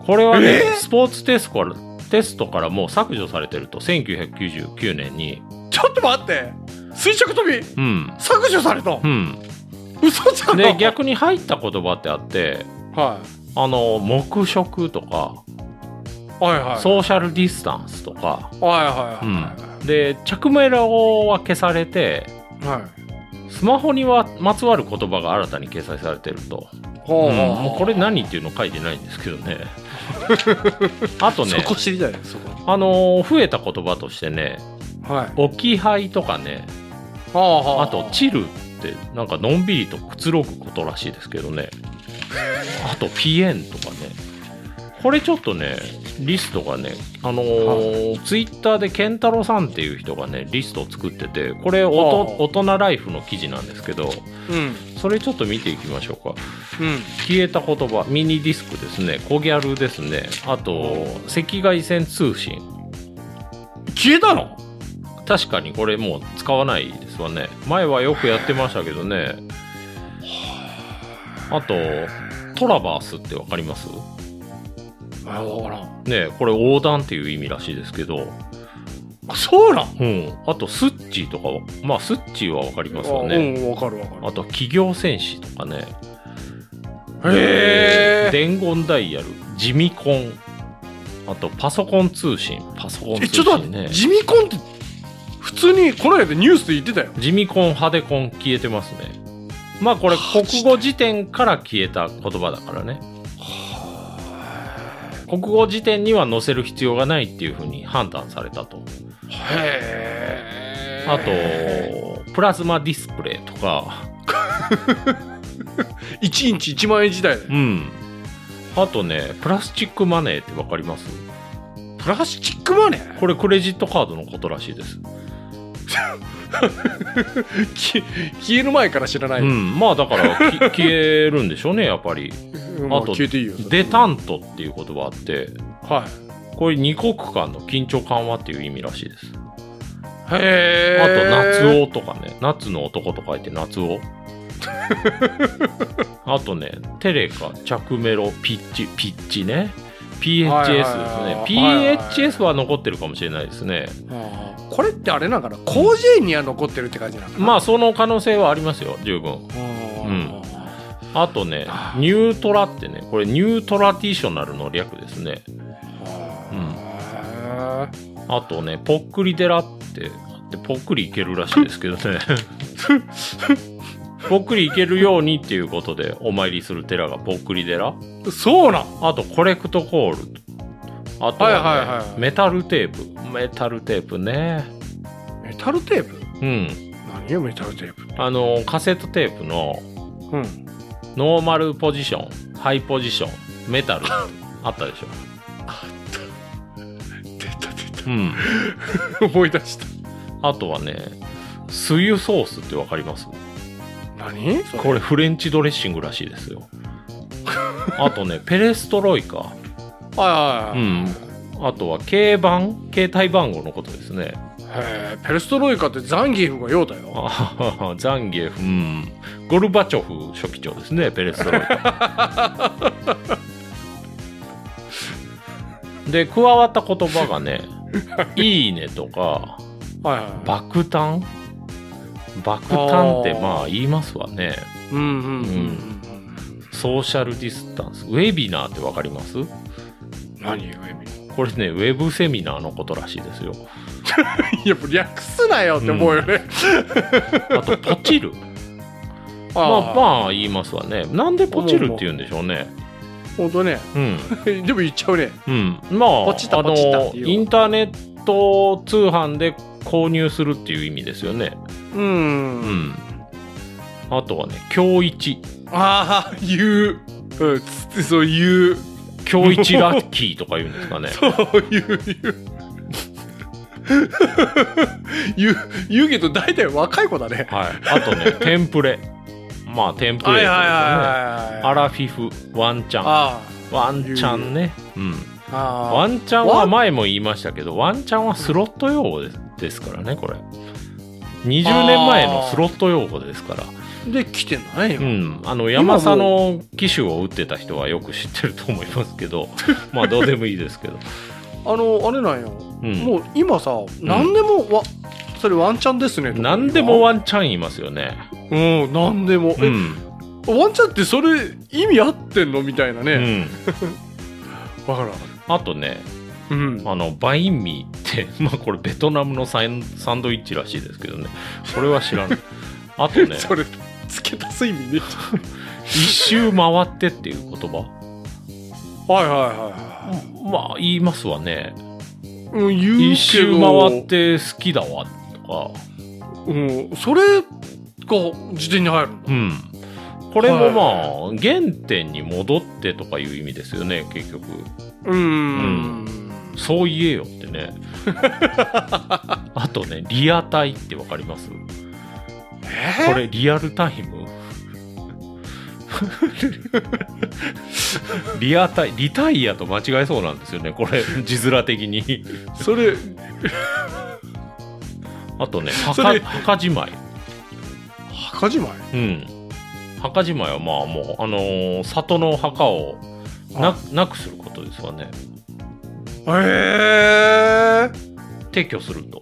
S3: これはねスポーツテスコテストからもう削除されてると1999年に
S2: ちょっと待って垂直跳び
S3: うん
S2: 削除された
S3: うん
S2: 嘘じゃん
S3: *laughs* で逆に入った言葉ってあって
S2: は
S3: あの黙食とか
S2: いはいはい
S3: ソーシャルディスタンスとか
S2: はいは
S3: う
S2: いは
S3: んで着メロは消されて
S2: いはい
S3: スマホにはまつわる言葉が新たに掲載されてると、
S2: ほ
S3: うん
S2: ほほ
S3: もうこれ何っていうの書いてないんですけど
S2: *laughs*
S3: ねあとね
S2: そこ知りたいよそこ
S3: あのー増えた言葉としてね
S2: はい
S3: 置き配とかね
S2: はあは
S3: あと、チルって、なんかのんびりとくつろぐことらしいですけどね。あと、ピエンとかね。これちょっとね、リストがね、あのーツイッターでケンタロさんっていう人がね、リストを作ってて、これお
S2: は
S3: と、
S2: あ
S3: 大人ライフの記事なんですけど、
S2: うん
S3: それちょっと見ていきましょうか。
S2: うん
S3: 消えた言葉、ミニディスクですね、コギャルですね、あと、赤外線通信。
S2: 消えたの
S3: 確かにこれもう使わないですわね前はよくやってましたけどねあとトラバースってわかりますね
S2: あ分からん
S3: えこれ横断っていう意味らしいですけど
S2: あそうなん
S3: うんあとスッチーとかはまあスッチーはわかりますよ
S2: あ
S3: ね
S2: うん分かる分か
S3: あと企業戦士とかね
S2: るへえ
S3: 伝言ダイヤル地味コンあとパソコン通信パソコン
S2: え
S3: 通
S2: ちょっと
S3: 信
S2: 待っ
S3: ね
S2: て地味コンって普通にこの間ニュースで言ってたよ
S3: 地味コン派手コン消えてますねまあこれ国語辞典から消えた言葉だからね国語辞典には載せる必要がないっていうふうに判断されたと
S2: へえ
S3: あとプラズマディスプレイとか
S2: 1インチ1万円時代だよ
S3: うんあとねプラスチックマネーってわかります
S2: プラスチックマネー *laughs*
S3: これクレジットカードのことらしいです、
S2: き消える前から知らない、
S3: うんまあだからき *laughs* 消えるんでしょうねやっぱり
S2: うん
S3: あと
S2: 消えていいよ
S3: デタントっていう言葉あって
S2: はい
S3: これ二国間の緊張緩和っていう意味らしいです
S2: へえ
S3: あと、夏男とかね。夏の男と書いて
S2: *laughs*
S3: 夏男。あとね、テレカ、着メロ、ピッチ、ピッチね。PHS
S2: はいはい
S3: ですね。
S2: はいはい
S3: PHS は残ってるかもしれないですね。
S2: あーこれってあれなんかな広辞苑には残ってるって感じなのかな
S3: まあ、その可能性はありますよ、十分。
S2: うん
S3: あとね、ニュートラってね、これニュートラティショナルの略ですね。うん
S2: へー
S3: あとね、ぽっくり寺ってあって、ぽっくりいけるらしいで
S2: *laughs*
S3: すけどね。ぽっくりいけるようにっていうことで、お参りする寺がぽっくり寺。
S2: そうなん
S3: あと、コレクトコール。あとはね、
S2: はいはいはい
S3: メタルテープ。メタルテープね。
S2: メタルテープ
S3: うん。
S2: 何よメタルテープ
S3: あの、カセットテープの
S2: うん
S3: ノーマルポジション、ハイポジション、メタル。あったでしょ。
S2: 出た出
S3: うん。
S2: た *laughs* 思い出した
S3: あとはね、スユソースってわかります
S2: 何
S3: これフレンチドレッシングらしいですよあとねペレストロイカ
S2: はいは
S3: う
S2: いはい
S3: んあとは軽番携帯番号のことですね
S2: へーペレストロイカってザンギーフがようだよ
S3: あははザンギエフうんゴルバチョフ書記長ですねペレストロイカで加わった言葉がね「いいね」とか
S2: はい
S3: 「
S2: は
S3: 爆誕」爆誕ってまあ言いますわね
S2: いうんうんうんう
S3: うんソーシャルディスタンスウェビナーってわかります
S2: 何よエミ
S3: これねウェブセミナーのことらしいですよ
S2: *laughs* いやもう略すなよって思うよね、
S3: あとポチ
S2: *laughs*
S3: る
S2: あ
S3: ま
S2: ー
S3: あまあ言いますわねなんでポチるって言うんでしょうね
S2: 本当ね *laughs*
S3: うん
S2: でも言っちゃうね
S3: うんまあ
S2: *laughs* ポチった
S3: あ
S2: ポチったっ
S3: の
S2: ていうわ
S3: インターネット通販で購入するっていう意味ですよね
S2: う
S3: うんんあとはね今日一
S2: ああ言う、うん、つってそう言う *laughs*
S3: 今日一ラッキーとか言うんですかね
S2: そう言う *laughs* 言う言う言うけど大体若い子だね
S3: はいあとねテンプレまあテンプレートですよねア
S2: あら
S3: ラフィフワンチャン
S2: あ
S3: ワンチャンねうん
S2: ーあ
S3: ワ
S2: ン
S3: ンチャンは前も言いましたけど、ワンチャンはスロット用語ですですからね、これ。20年前のスロット用語ですから。
S2: で来てないよ、
S3: うん。あの、山
S2: *laughs*
S3: 佐の機種を打ってた人はよく知ってると思いますけど、まあ、どうでもいいですけど。
S2: あのあれなんよ、
S3: うん
S2: もう今さ何でもわ、それワンチャンですねとか
S3: 何でもワンチャン言いますよね。
S2: うん何でも、
S3: う
S2: え
S3: ん。
S2: ワンチャンってそれ意味合ってんのみたいな
S3: う
S2: ね
S3: ん。
S2: わ、からん
S3: あとね、
S2: うん
S3: あの、バインミーって、 *laughs* まあこれベトナムのサンサンドイッチらしいですけどね。これは知らない。あと
S2: *laughs*
S3: ね、
S2: それ付け足す意味ね
S3: 一周回ってっていう言葉。
S2: はいはいはいは
S3: まあ言いますわね。
S2: い、うん、言うけど
S3: 一周回っ、て好きだわとか。
S2: うん、それが辞典に入るんだ
S3: うん。これもまあ、原点に戻ってとかいう意味ですよね、結局。
S2: うーん
S3: そう言えよって
S2: *laughs*
S3: ね。あとね、リアタイってわかります
S2: え
S3: これリアルタイ
S2: *laughs*
S3: ムリアタイ、リタイヤと間違えそうなんですよね、これ、字面的に。
S2: それ
S3: あとね、
S2: そ
S3: 墓
S2: れ
S3: 墓じまい。
S2: 墓じまい
S3: うん。墓じまいはまあもう、あのー里の墓をななくすることですわね。
S2: ええ
S3: 撤去すると。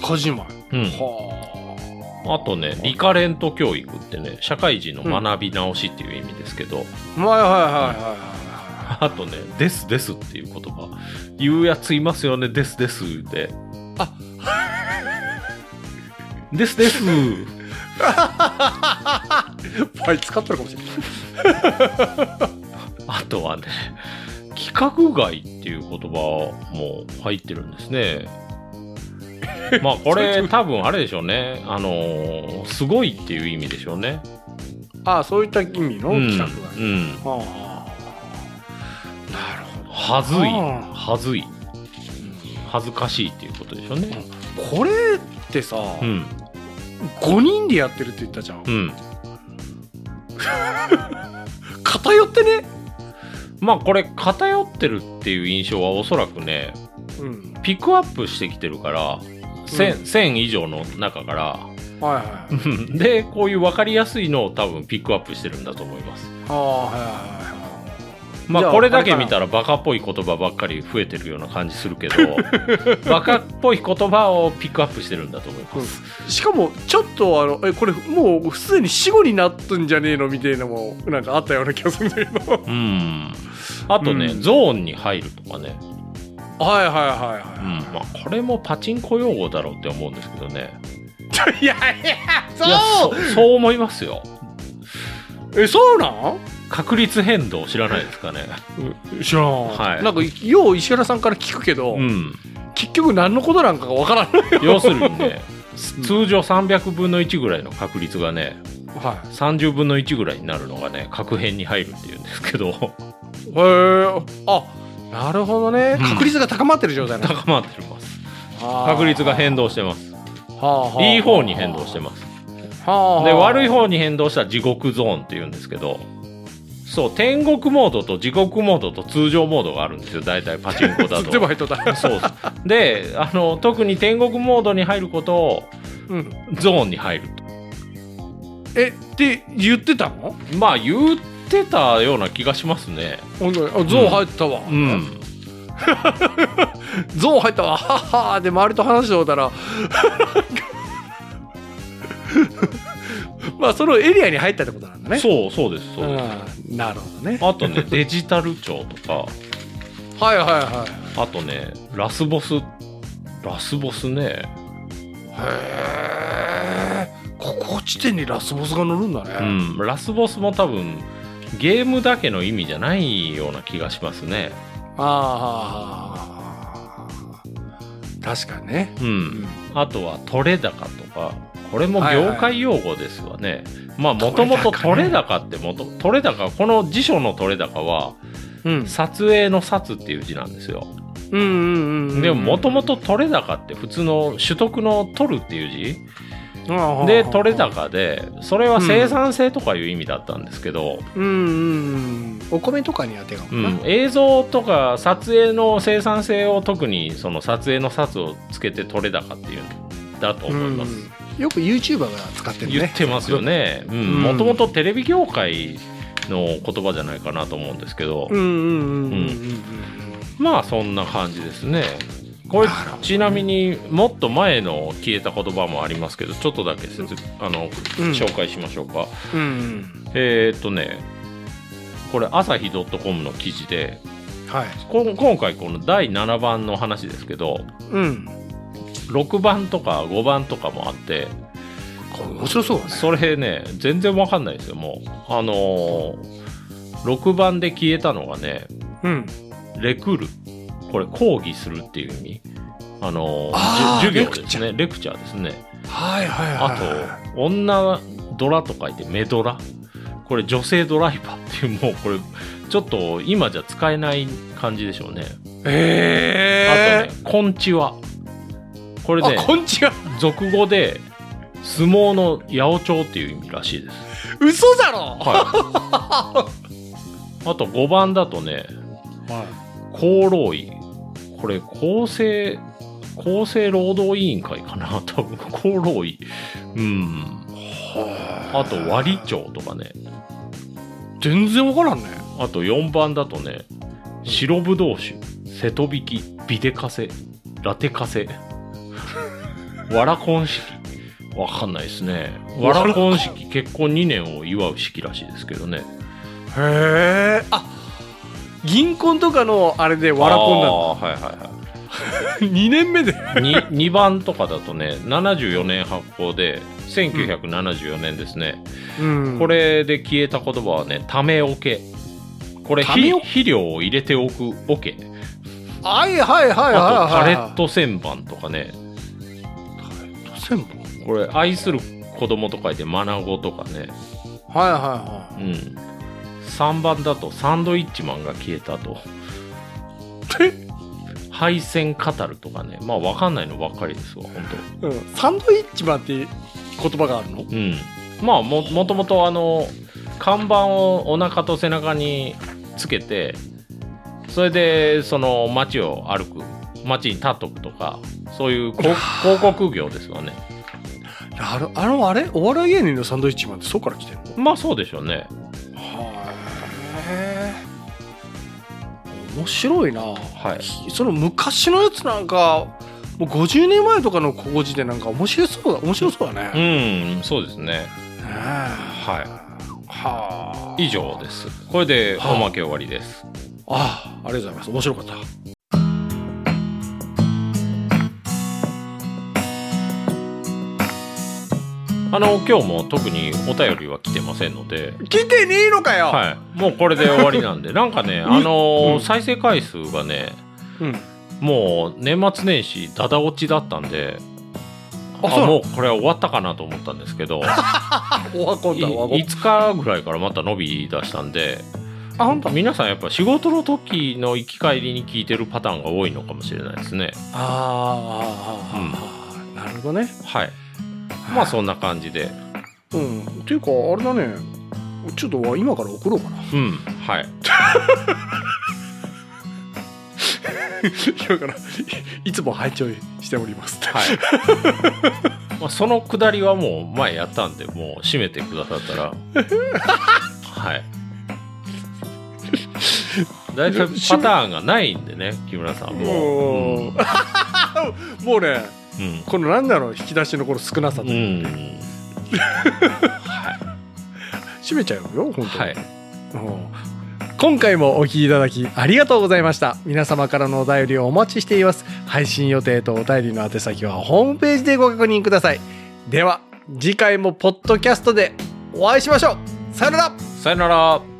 S2: 墓じまい
S3: うん。
S2: は
S3: あとね、リカレント教育ってね、社会人の学び直しっていう意味ですけど、
S2: あはいはいはいは
S3: あとね、ですですっていう言葉。言うやついますよね、ですですで。
S2: あ
S3: ですです。
S2: いはいはい使ってるかもしれない
S3: あとはね、 *laughs* 規格外っていう言葉も入ってるんですね。まあこれ多分あれでしょうね。あのーすごいっていう意味でしょうね。
S2: ああそういった意味の
S3: うん。
S2: 企
S3: う
S2: 画が、
S3: ん。
S2: はあなるほど
S3: はずい。
S2: あ
S3: はずい。恥ずかしいっていうことでしょうね。
S2: これってさ、
S3: うん。
S2: 5人でやってるって言ったじゃん、
S3: うん。
S2: 偏ってね
S3: まあこれ偏ってるっていう印象はおそらくね、
S2: うん
S3: ピックアップしてきてるから、1000 1000以上の中から、 *laughs*
S2: はいはい
S3: で、こういう分かりやすいのを多分ピックアップしてるんだと思います。
S2: ああはいはいはい
S3: まあ、これだけ見
S2: ら
S3: たらバカっぽい言葉ばっかり増えてるような感じする
S2: *laughs*
S3: けど、バカっぽい言葉をピックアップしてるんだと思います。
S2: しかもちょっとあのえこれもうすでに死後になったんじゃねえのみたいなのもなんかあったような気がするんだけ
S3: *laughs*
S2: どはい
S3: うん。あとね、
S2: うん
S3: ゾーンに入るとかね、
S2: はいはいうは
S3: んまあ、これもパチンコ用語だろうって思うんですけどね。
S2: い、いやいや
S3: いや
S2: そう
S3: そそう思いますよ。
S2: えそうなん
S3: 確率変動知らないですかね。
S2: 知らん、
S3: はい
S2: なんかよう石原さんから聞くけど、
S3: うん。
S2: 結局何のことなんかがわからんはい
S3: 要するにね、通常300分の1ぐらいの確率がね、30分の1ぐらいになるのがね確変に入るっていうんですけど
S2: へえあなるほどね、
S3: うん
S2: 確率が高まってる状態なの
S3: 高まってます *laughs* 確
S2: 確
S3: 率が変動してますいい方に変動してます
S2: す
S3: で悪い
S2: 方
S3: 方に変動したら地獄ゾーンっていうんですけどそう天国モードと地獄モードと通常モードがあるんですよ大体パチンコだ
S2: *laughs*
S3: と
S2: 全部入っとった、
S3: そうそうであの特に天国モードに入ることを
S2: うん、
S3: ゾーンに入る
S2: えって言ってたの
S3: とまあ言ってたような気がしますね
S2: ほんとにあゾーン入ったわ、
S3: うん
S2: ゾーン入ったわはっはーで周りと話しておったら *laughs* まあそのエリアに入ったってことなんだね
S3: そうそうですそうです、
S2: うんなるほどね
S3: あとねデジタル庁とか
S2: はいはいは
S3: あとね、ラスボス、ラスボスね、
S2: いへえここ地点にラスボスが乗るんだ
S3: う
S2: ね、
S3: ん、ラスボスも多分、ゲームだけの意味じゃないような気がしますね。
S2: ああ確かにね、
S3: う。
S2: うんん
S3: あとは、取れ高とか、これも
S2: はいはい
S3: 業界用語ですわね。まあ、もともと取
S2: 取
S3: れ
S2: れ
S3: 高ってもと、取れ高、この辞書の取れ高は、
S2: うん、
S3: 撮影の札っていう字なんですよ。
S2: うんうんうん
S3: でも、もともと取れ高って普通の取得の取るっていう字
S2: と
S3: で、取れ高で、それは生産性とかいう意味だったんですけど、
S2: うんうんうんお米とかに当てがう
S3: う
S2: かな、
S3: ん、映像とか撮影の生産性を特にその撮影の札をつけて撮れ高っていうんだと思います、
S2: うんよく YouTuber が使ってるね
S3: 言ってますよね
S2: ん
S3: もともとテレビ業界の言葉じゃないかなと思うんですけど、
S2: うんうんうんうんうん
S3: まあそんな感じですねこれちなみにもっと前の消えた言葉もありますけどちょっとだけ説あの
S2: うん
S3: 紹介しましょうか、
S2: うん
S3: えーっとねこれ朝日 .com の記事で
S2: はい
S3: こん今回この第7番の話ですけど
S2: うん
S3: 6番とか5番とかもあって
S2: これ面白そうだね
S3: それね全然わかんないですよもうあのー6番で消えたのがね
S2: うん
S3: レクールこれ講義するっていう意味あのー
S2: あー
S3: じゅ
S2: レ
S3: 授
S2: ク
S3: 業で
S2: チ
S3: す
S2: ャ
S3: ねレクチャーですね
S2: はいはいはい
S3: あと女ドラと書いてメドラこれ女性ドライバーっていうもうこれちょっと今じゃ使えない感じでしょうねあ
S2: え
S3: とね「こんちは」これ
S2: ー、あ
S3: ね
S2: こんにちは
S3: 俗語で相撲の八百長っていう意味らしいです
S2: 嘘だろ
S3: *laughs* はい。あと5番だとね、厚労医。これ、厚生、厚生労働委員会かな多分、厚労医。うん。あと、割り帳とかね。
S2: 全然わからんね
S3: あと4番だとね、白ぶどう酒、瀬戸引き、ビデカセ、ラテカセ、わらこん式。わかんないですね。わらこん式、結婚2年を祝う式らしいですけどね。
S2: へえあ銀婚とかのあれでわらこ
S3: あーはいはいはい。
S2: んだ2 *laughs* 年目で
S3: に *laughs* 2番とかだとね74年発行で1974年ですね、
S2: うん
S3: これで消えた言葉はね「ためおけ」これ
S2: ため
S3: 肥
S2: お
S3: 肥料を入れておくおけ
S2: はいはいはいはい
S3: あと
S2: は
S3: タ
S2: い
S3: レット旋盤とかね
S2: 千本
S3: これ愛する子供と書いて「まなご」とかね
S2: はいはいは
S3: うん3番だと「サンドイッチマンが消えた」と
S2: いえ
S3: 「配線語る」とかねまあわかんないのばっかりですわ本当
S2: うんサンドイッチマンっていう言葉があるの
S3: うん、まあももともとあの看板をお腹と背中につけてそれでその街を歩く街に立っとくとかそういう広広告業ですよね
S2: あのあのあれお笑い芸人のサンドイッチマンってそこから来てるの
S3: まあそうでしょうね
S2: へえ面白いな
S3: はい
S2: その昔のやつなんかもう50年前とかの古語辞典なんか面白そうだ面白そうだね、
S3: うんそうですね
S2: ねえはいはあ
S3: 以上ですこれで
S2: はあ
S3: おまけ終わりです
S2: ああありがとうございます面白かった
S3: あの今日も特にお便りは来てませんので
S2: 来てねえのかよ、
S3: はいもうこれで終わりな
S2: *laughs*
S3: んでなんかねあ
S2: う
S3: の
S2: ん
S3: 再生回数がね
S2: うん、
S3: もう年末年始ダダ落ちだったんで
S2: あ
S3: あ
S2: そうなの
S3: もうこれは終わったかなと思ったんです
S2: *laughs*
S3: けど
S2: おはこん
S3: い
S2: だおはこん
S3: 5日ぐらいからまた伸び出したんで
S2: あ本当
S3: 皆さんやっぱ仕事の時の行き帰りに聞いてるパターンが多いのかもしれないですね
S2: ああああ、ああなるほどね
S3: はいまあそんな感じで
S2: うんっていうかあれだねちょっと今から送ろうかな
S3: うんはい
S2: 今からいいつも拝聴しております
S3: はいまあそのくだりはもう前やったんでもう締めてくださっ
S2: *laughs*
S3: たらはい大
S2: *laughs*
S3: 体パターンがないんでね木村さんもう、うん
S2: もうもうね
S3: うん。
S2: このなんだろう引き出しのこの少なさと、
S3: うん。
S2: 閉めちゃうよ本当に、
S3: はい。
S2: うん今回もお聞きいただきありがとうございました皆様からのお便りをお待ちしています配信予定とお便りの宛先はホームページでご確認くださいでは次回もポッドキャストでお会いしましょうさよなら
S3: さよなら。